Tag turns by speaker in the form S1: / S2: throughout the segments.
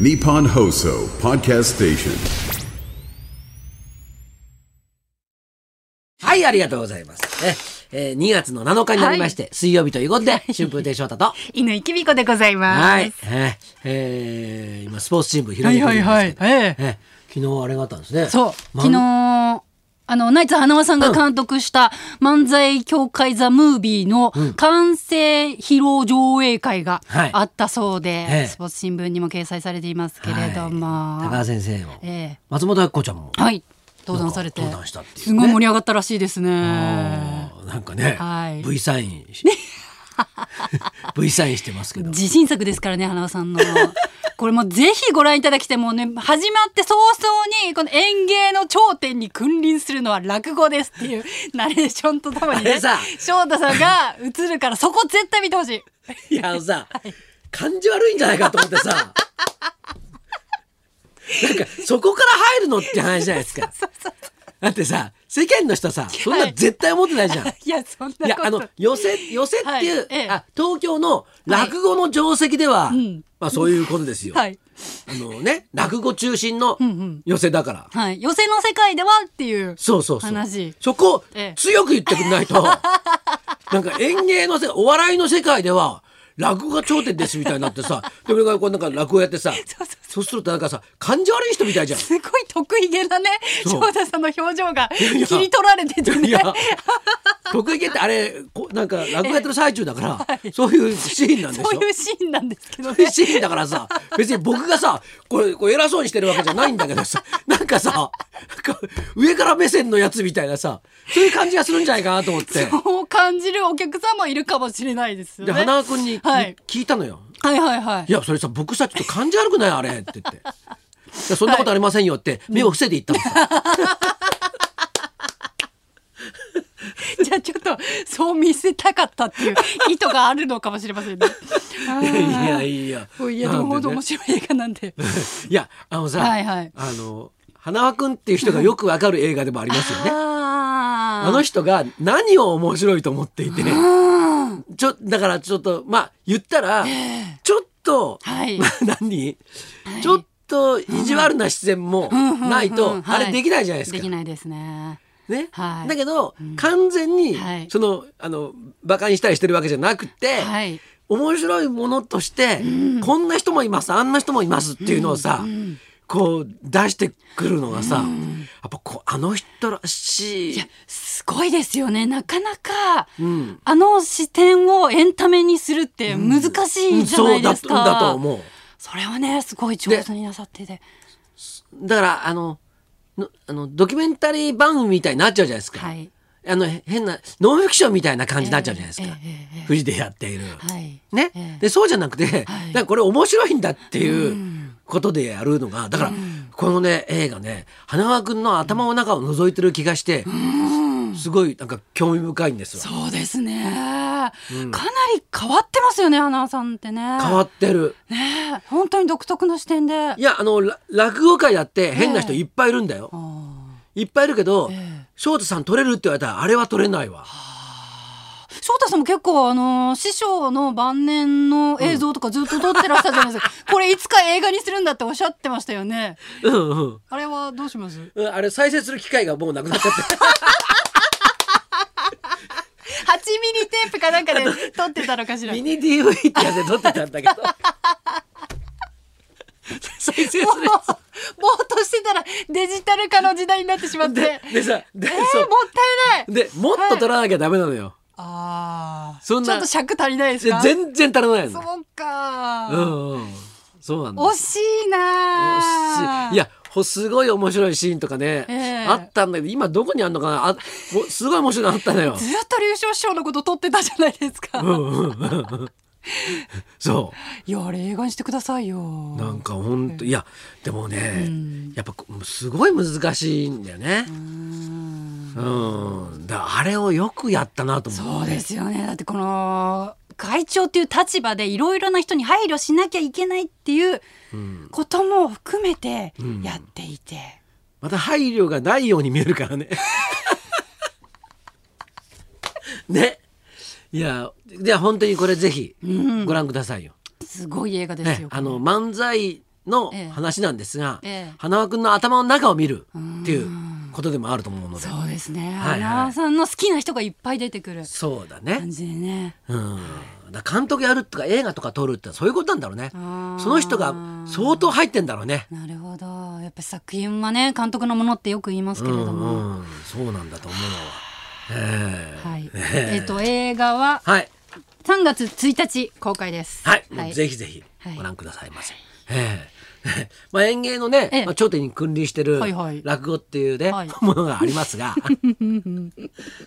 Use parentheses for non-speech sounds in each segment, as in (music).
S1: Nippon Hoso Podcast Station.
S2: はい、ありがとうございます。え、えー、2月の7日になりまして、水曜日ということで、春風亭昇太
S3: (laughs)
S2: と。
S3: 犬井きびこでございます。
S2: はい。えーえー今、スポーツ新聞広げてるんですけど、
S3: はいはいはいえ
S2: えー昨日あれがあったんですね。
S3: そう、
S2: ま
S3: 昨日、あの、ナイツ花輪さんが監督した漫才協会ザ・ムービーの完成披露上映会が
S2: はい
S3: あったそうで、
S2: ええ
S3: スポーツ新聞にも掲載されていますけれども、
S2: はい高田先生も、
S3: ええ
S2: 松本明子ちゃんも、
S3: はい、登壇されて、
S2: 登壇したっていうね
S3: すごい盛り上がったらしいですね。
S2: あーなんかね、
S3: はい
S2: V サイン
S3: (laughs)
S2: し (laughs) V サインしてますけど。
S3: 自信作ですからね花輪さんの (laughs) これもぜひご覧いただきたいもうね始まって早々にこの演芸の頂点に君臨するのは落語ですっていう (laughs) ナレーションとともに
S2: あ
S3: ね
S2: れさ
S3: 翔太さんが映るからそこ絶対見てほしい (laughs)
S2: いや、あのさ、感じ悪いんじゃないかと思ってさ、なんかそこから入るのって話じゃないですか。だってさ、世間の人さ、そんな絶対思ってないじゃん。
S3: いやそん
S2: い
S3: な
S2: や
S3: こと
S2: あの寄せ寄せっていう、
S3: はいええ
S2: あ東京の落語の定石では、
S3: ん
S2: まあそういうことですよ。
S3: はい、
S2: あのね落語中心の寄せだから。
S3: はい、寄せの世界ではっていう
S2: そうそうそう。
S3: 話
S2: そこを
S3: ええ
S2: 強く言ってくれない
S3: (laughs)
S2: と、なんか演芸のせお笑いの世界では落語が頂点ですみたいになってさ、で俺がこうなんか落語やってさ、
S3: (laughs) そうそう
S2: そうするとなんかさ感じ悪い人みたいじゃん。
S3: すごい得意げなね
S2: そ
S3: 翔
S2: う
S3: 太さんの表情が
S2: いや
S3: 切り取られてて
S2: い
S3: ね
S2: や得意げってあれこなんか落語やってる最中だから、そういうシーンなんでしょ
S3: そういうシーンなんですけどね
S2: 嬉しいんだからさ別に僕がさこれこれ偉そうにしてるわけじゃないんだけどさなんかさなんか上から目線のやつみたいなさそういう感じがするんじゃないかなと思って
S3: そう感じるお客さんもいるかもしれないですよ
S2: で
S3: ね
S2: 花輪君に
S3: はい
S2: 聞いたのよ、
S3: はいはいはい
S2: い、やそれさ僕さちょっと感じ悪くないあれって言っていやそんなことありませんよって目を伏せて言ったのさ、
S3: じゃあちょっとそう見せたかっ
S2: (laughs)
S3: たっていう意図があるのかもしれませんね。
S2: いやいや
S3: い
S2: いや
S3: や。いやでも
S2: な
S3: 本
S2: んで
S3: 当
S2: ね
S3: 面白い映画なんで。
S2: いやあのさ、
S3: はいはい
S2: あの花輪君っていう人がよくわかる映画でもあります
S3: (laughs)
S2: よね
S3: あ
S2: あの人が何を面白いと思っていて、ちょ、だからちょっと、まあ、言ったら、ちょっと、
S3: はい
S2: まあ (laughs) 何、ちょっと意地悪な出演もない
S3: うんうんう
S2: と
S3: んうん、は
S2: あ
S3: い
S2: れできないじゃないです
S3: で
S2: か
S3: き。ないですね。
S2: ね
S3: は。い
S2: だけど、完全に
S3: はい、
S2: その、あの、馬鹿にしたりしてるわけじゃなくて、
S3: はい。
S2: 面白いものとして、こんな人もいます、あんな人もいますっていうのをさ、こう出してくるのがさ、やっぱこう、あの人らしい。
S3: すごいですよね。なかなか、
S2: ん
S3: あの視点をエンタメにするって難しいじゃないですか。
S2: そうだとだと思う。
S3: それはねすごい上手になさってて。
S2: だからあののあのドキュメンタリー番組みたいになっちゃうじゃないですか、
S3: はい
S2: あのへ変なノンフィクションみたいな感じになっちゃうじゃないですか、
S3: ええええええ
S2: フジでやっている、
S3: はい。
S2: ね、
S3: ええ
S2: でそうじゃなくて、
S3: はい
S2: なんかこれ面白いんだっていうことでやるのがだから、このね映画ね花輪君の頭の中を覗いてる気がして、すごいなんか興味深いんですよ
S3: そうですね、かなり変わってますよね花輪さんってね。
S2: 変わってる
S3: ねえ本当に独特の視点で
S2: いやあのら落語界だって変な人いっぱいいるんだよ、いっぱいいるけど、
S3: え
S2: 翔太さん取れるって言われたらあれは取れないわ、
S3: 翔太さんも結構あのー師匠の晩年の映像とかずっと撮ってらっしゃるじゃないですか、 (laughs) これいつか映画にするんだっておっしゃってましたよね
S2: うんうん
S3: あれはどうします (laughs)
S2: うんあれ再生する機会がもうなくなっちゃって
S3: 8ミリテープかなんかで撮ってたのかしら
S2: ミニ DV ってやつで撮ってたんだけど
S3: (laughs)
S2: 再生する
S3: (laughs) もうぼーっとしてたらデジタル化の時代になってしまってえ
S2: でさで,
S3: ー、
S2: そう、
S3: もったいない
S2: でもっと撮らなきゃダメなのよ、
S3: あー
S2: そんな
S3: ちょっと尺足りないです
S2: で
S3: か
S2: 全然足らない
S3: そ
S2: の
S3: うか、
S2: うんうんそうなんだ
S3: 惜しいなー
S2: いやほすごい面白いシーンとかね、
S3: ええ
S2: あったんだけど今どこにあんのかなあもすごい面白いのあったのよ
S3: ずっと流昇師匠のこと撮ってたじゃないですか。
S2: うんうんうんうんそう
S3: いやあれ映画にしてくださいよ。
S2: なんか本当いやでもね、やっぱこすごい難しいんだよね。うん、だあれをよくやったなと思う。
S3: そうですよね。だってこの会長っていう立場でいろいろな人に配慮しなきゃいけないっていうことも含めてやっていて。
S2: また配慮がないように見える
S3: (laughs)
S2: からね。ね。いや、じゃあ本当にこれぜひご覧くださいよ。
S3: すごい映画です
S2: ね
S3: よ、。
S2: あの漫才の
S3: ええ
S2: 話なんですが、
S3: ええ
S2: 花輪君の頭の中を見るっていうことでもあると思うので
S3: そうですね
S2: はいはい
S3: 花輪さんの好きな人がいっぱい出てくる
S2: そうだ
S3: 感
S2: ね、
S3: じでね
S2: うん、だから監督やるとか映画とか撮るってそういうことなんだろうねそ
S3: あー
S2: の人が相当入ってんだろうね
S3: なるほどやっぱり作品はね監督のものってよく言いますけれども、
S2: うんうん、そうなんだと思うわ、ええ
S3: はい、えっ、と映画は
S2: はい
S3: 3月1日公開です
S2: はい、もうぜひぜひ
S3: はい
S2: ご覧くださいませ。ええ (laughs) まあ演芸のね、
S3: ええ
S2: まあ、頂点に君臨してる
S3: はいはい
S2: 落語っていうね、
S3: はい
S2: ものがあります
S3: (laughs)
S2: が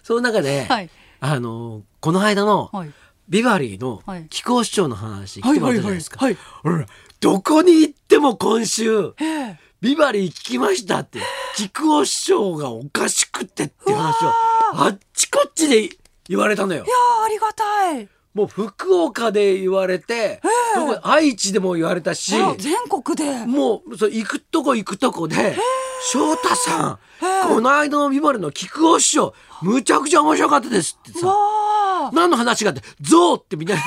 S2: その中で、
S3: はい
S2: あのこの間の、
S3: はい
S2: ビバリーの
S3: はい
S2: 気候市長の話聞いてもらったじゃないですか。
S3: はいは
S2: 俺らどこに行っても今週ビバリー聞きましたって木久扇市長がおかしくってっていう話をあっちこっちで言われたのよ。
S3: あありがたい
S2: もう福岡で言われて、僕愛知でも言われたし、
S3: 全国で
S2: もうそう行くとこ行くとこで、翔太さん、この間のビバルの菊尾師匠、むちゃくちゃ面白かったですってさ、
S3: あ
S2: 何の話があって、象ってみんなに。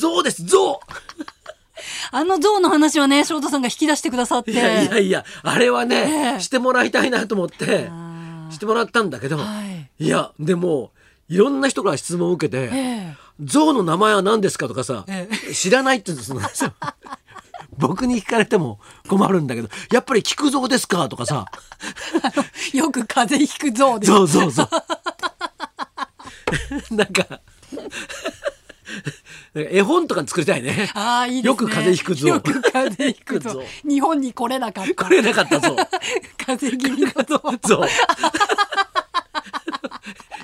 S2: 象です、象
S3: あの象の話はね翔太さんが引き出してくださって
S2: いやいやいや、あれはね、
S3: ええ
S2: してもらいたいなと思って、
S3: あ
S2: してもらったんだけど、
S3: ーはい
S2: いや、でも、いろんな人から質問を受けて、
S3: ええ
S2: 象の名前は何ですかとかさ、
S3: え
S2: 知らないって言うんですよ (laughs) そう僕に聞かれても困るんだけどやっぱり菊蔵ですかとかさ
S3: よく風邪ひく象です
S2: そうそう (laughs) そうなんかなんか絵本とか作りたいね
S3: ああいいですね
S2: よく風邪ひく象
S3: よく風邪ひく
S2: (laughs) よ
S3: 象
S2: く
S3: 日本に来れなかった
S2: これなかったぞ
S3: (laughs) 風邪気味の象
S2: そう (laughs)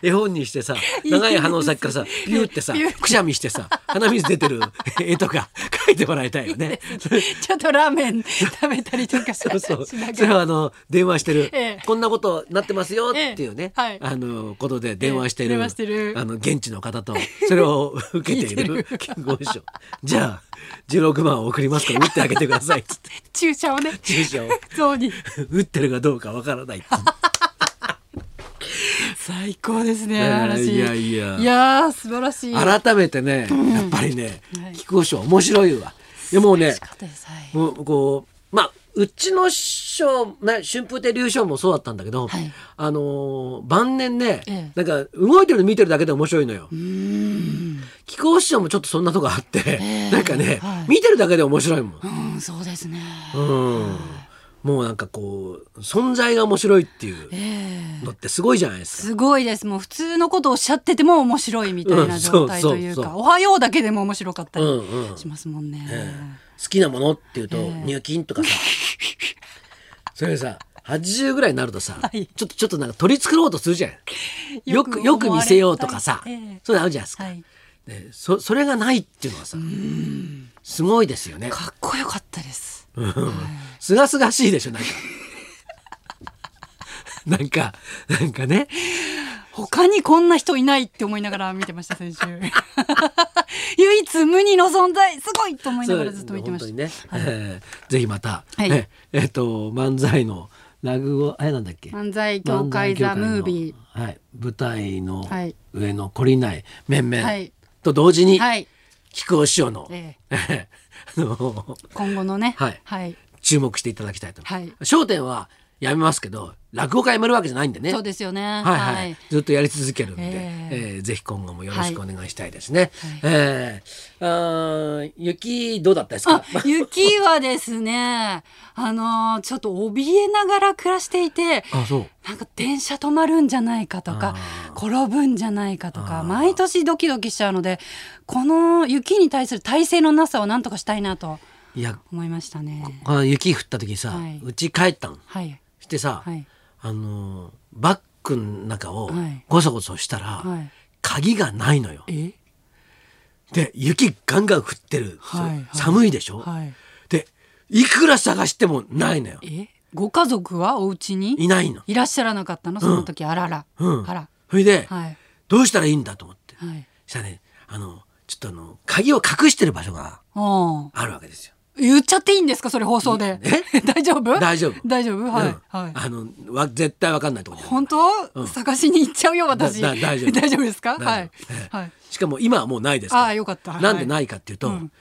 S2: 絵本にしてさ
S3: いいですね
S2: 長い鼻の先からさピューってさ
S3: ピューって
S2: くしゃみしてさ鼻水出て
S3: (laughs)
S2: る絵とか描いてもらいたいよね。
S3: ちょっとラーメン (laughs) 食べたりとかし
S2: そうそう。
S3: しなが
S2: それ
S3: ら
S2: はあの電話してる、
S3: ええ
S2: こんなことなってますよっていうね、
S3: ええはい
S2: あのことで電話してる,、
S3: ええ電話してる
S2: あの現地の方とそれを受けてい
S3: (laughs) 聞
S2: る
S3: いてる
S2: 金剛師匠。じゃあ16万を送りますから打ってあげてくださいっ
S3: (laughs)
S2: つって
S3: 注射をね
S2: 注射を
S3: 象に
S2: 打ってるかどうかわからないっつって。
S3: 最高ですね、
S2: えー
S3: 話
S2: いやいや
S3: いやー素晴らしい
S2: 改めてね、やっぱりね
S3: はい
S2: 金剛師匠面白いわ。でもうね
S3: 仕。方ですはい
S2: もうこうまあうちの師匠、ね、春風亭流昇もそうだったんだけど、
S3: はい
S2: あのー晩年ね、
S3: え
S2: なんか動いてるの見てるだけで面白いのよ。木久扇師匠もちょっとそんなとこあって、(laughs)
S3: え
S2: なんかね、
S3: はい
S2: 見てるだけで面白いもん。
S3: うんそうですね
S2: うんもうなんかこう存在が面白いっていうのってすごいじゃないですか。
S3: すごいですもう普通のことをおっしゃってても面白いみたいな状態という
S2: うんそうそう
S3: か
S2: そ
S3: おはようだけでも面白かった
S2: う
S3: り
S2: んうん
S3: しますもんね
S2: 好きなものっていうと、入金
S3: (laughs)
S2: とかさそれさ80ぐらいになるとさ、
S3: い
S2: ちょっとちょっとなんか取り繕ろうとするじゃんよ
S3: よ
S2: く
S3: く
S2: よく見せようとかさ、
S3: 思われたいええ
S2: そういうのあるじゃないですか、
S3: はい
S2: でそそれがないっていうのはさすごいですよね
S3: かっこよかったです
S2: すがすがしいでしょ
S3: (laughs)
S2: なんかなんかなんかね
S3: 他にこんな人いないって思いながら見てました
S2: (laughs)
S3: 先週唯一無二の存在すごいと思いながらずっと見てました
S2: そう本当にね、えーぜひまた、
S3: はい
S2: ねえっ、と漫才の落語あれなんだっけ
S3: 漫才協会ザムービ
S2: ーはい舞台の
S3: はい
S2: 上の懲りない面々、
S3: はい
S2: と同時に、
S3: はい
S2: 木久扇師匠の、
S3: え
S2: (laughs) あの
S3: 今後のね
S2: はい
S3: はい
S2: 注目していただきたいと、
S3: はい
S2: 焦点はやめますけど落語家やめるわけじゃないんでね
S3: そうですよね
S2: はいはい、
S3: はい
S2: ずっとやり続けるんで、え
S3: え
S2: ーぜひ今後もよろしくお願いしたいですね、えーあー雪どうだったです
S3: あ
S2: か
S3: 雪はですね、あのーちょっと怯えながら暮らしていて、
S2: あそう
S3: なんか電車止まるんじゃないかとか、転ぶんじゃないかとか、毎年ドキドキしちゃうので、この雪に対する耐性のなさをなんとかしたいなと
S2: いや
S3: 思いましたね。
S2: あ雪降った時さ
S3: はいう
S2: ち、帰ったん
S3: はい。
S2: してさ、
S3: はい
S2: あのーバッグの中を
S3: はい
S2: ごそごそしたら、
S3: はい
S2: 鍵がないのよ。
S3: え
S2: で雪ガンガン降ってる、
S3: はいはい
S2: 寒いでしょ、
S3: はい
S2: でいくら探してもないのよ。
S3: えご家族はお家に
S2: いないの。
S3: いらっしゃらなかったのその時、あらら。
S2: うん
S3: あら。
S2: それで、
S3: はい
S2: どうしたらいいんだと思って。
S3: はい。
S2: したらねあのちょっとあの鍵を隠してる場所が
S3: おー
S2: あるわけですよ。
S3: 言っちゃっていいんですかそれ放送で
S2: え
S3: (laughs) 大丈夫
S2: 大丈夫
S3: 大丈夫はい、
S2: うん
S3: はい
S2: あのわ絶対わかんないとこじゃない
S3: 本当、探しに行っちゃうよ私
S2: だだ大
S3: (laughs)
S2: 丈夫
S3: ですかは
S2: 大
S3: い
S2: 丈夫ええ、
S3: はい、
S2: しかも今はもうないです
S3: あーよかったはい
S2: なんでないかっていうと、
S3: うん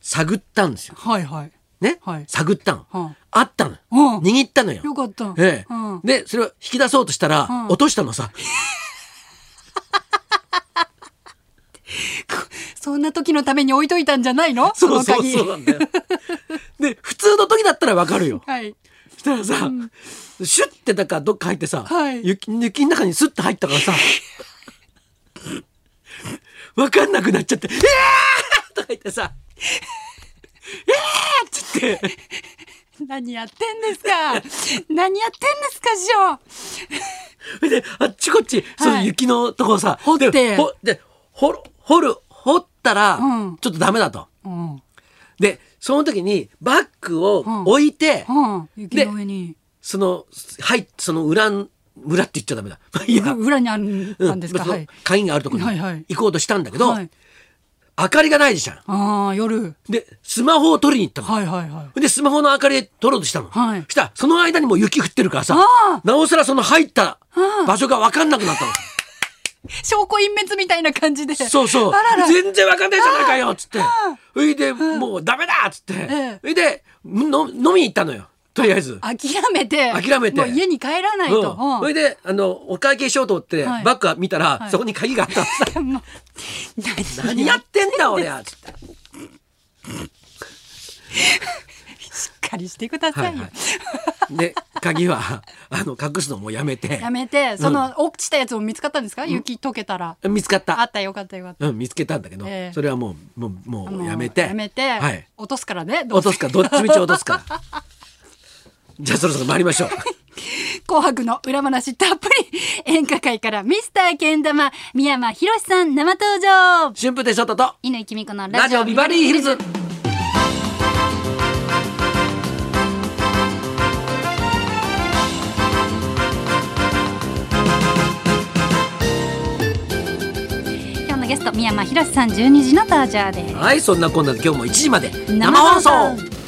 S2: 探ったんですよ
S3: はいはい
S2: ね、
S3: はい
S2: 探ったの、
S3: うん
S2: あったの、
S3: うん
S2: 握ったのよ
S3: よかった
S2: ええ
S3: うん
S2: でそれを引き出そうとしたら、
S3: ん
S2: 落としたのさ
S3: そんな時のために置いといたんじゃないの
S2: そ
S3: そ
S2: う
S3: の
S2: そう
S3: 鍵
S2: そう
S3: (laughs)
S2: なんだよで普通の時だったらわかるよ
S3: はい
S2: そしたらさ、シュッてだからどっか入ってさ、
S3: はい
S2: 雪雪の中にスッと入ったから
S3: (laughs)
S2: さわかんなくなっちゃって「えー!」とか言ってさ「えー!」っつって
S3: 何やってん
S2: (laughs)
S3: ですか何やってんですか師匠
S2: それであっちこっち、その雪のとこさ
S3: 掘って
S2: でほで掘る掘る掘ったら、
S3: うん
S2: ちょっとダメだと。
S3: うん
S2: でその時にバッグを置いて、
S3: うん雪の上に
S2: そのはいその裏ん裏って言っちゃダメだ。まあいや
S3: う裏にあったんですか、
S2: うそ
S3: は
S2: の
S3: い
S2: 鍵があるところ
S3: はい
S2: に
S3: はい
S2: 行こうとしたんだけど、
S3: はい
S2: 明かりがないじゃん。
S3: ああ夜
S2: でスマホを取りに行ったの。
S3: はいはいはい
S2: でスマホの明かりで取ろうとしたの。
S3: はい
S2: したらその間にもう雪降ってるからさ
S3: あ
S2: なおさらその入った場所が分かんなくなったの。
S3: 証拠隠滅みたいな感じで
S2: そうそう
S3: あらら
S2: 全然わかんないじゃないかよっつってそれでもうダメだっつって
S3: え
S2: それでの飲みに行ったのよとりあえず。
S3: 諦めて
S2: 諦めて
S3: もう家に帰らない
S2: うん
S3: と、うん
S2: それであのお会計しようと思って
S3: はい
S2: バッグは見たら
S3: い
S2: そこに鍵があったのさ
S3: もう (laughs)
S2: 何やってんだ俺はっつって
S3: しっかりしてくださいよ、
S2: はいで鍵はあの隠すのもうやめて
S3: やめてその、落ちたやつも見つかったんですか雪溶けたら、
S2: 見つかっ
S3: あ
S2: た
S3: ったよかったよかった
S2: うん見つけたんだけど
S3: ええ
S2: それはもうもう
S3: あ
S2: も
S3: の
S2: うやめて
S3: やめて、
S2: はい
S3: 落とすからねどう
S2: 落
S3: せ
S2: とすかどっちみち落とすからじゃあそろそろ参りましょう
S3: 紅白の裏話たっぷり演歌界からミスターけん玉宮間博さん生登場
S2: 春風亭昇太と
S3: 乾きみこの
S2: ラ
S3: ラ
S2: ジ
S3: ジ
S2: オ
S3: オ
S2: ビバリーヒルズ。
S3: 今日のゲスト宮間博さん12時の登場です
S2: はい、そんなこんなで今日も1時まで生放送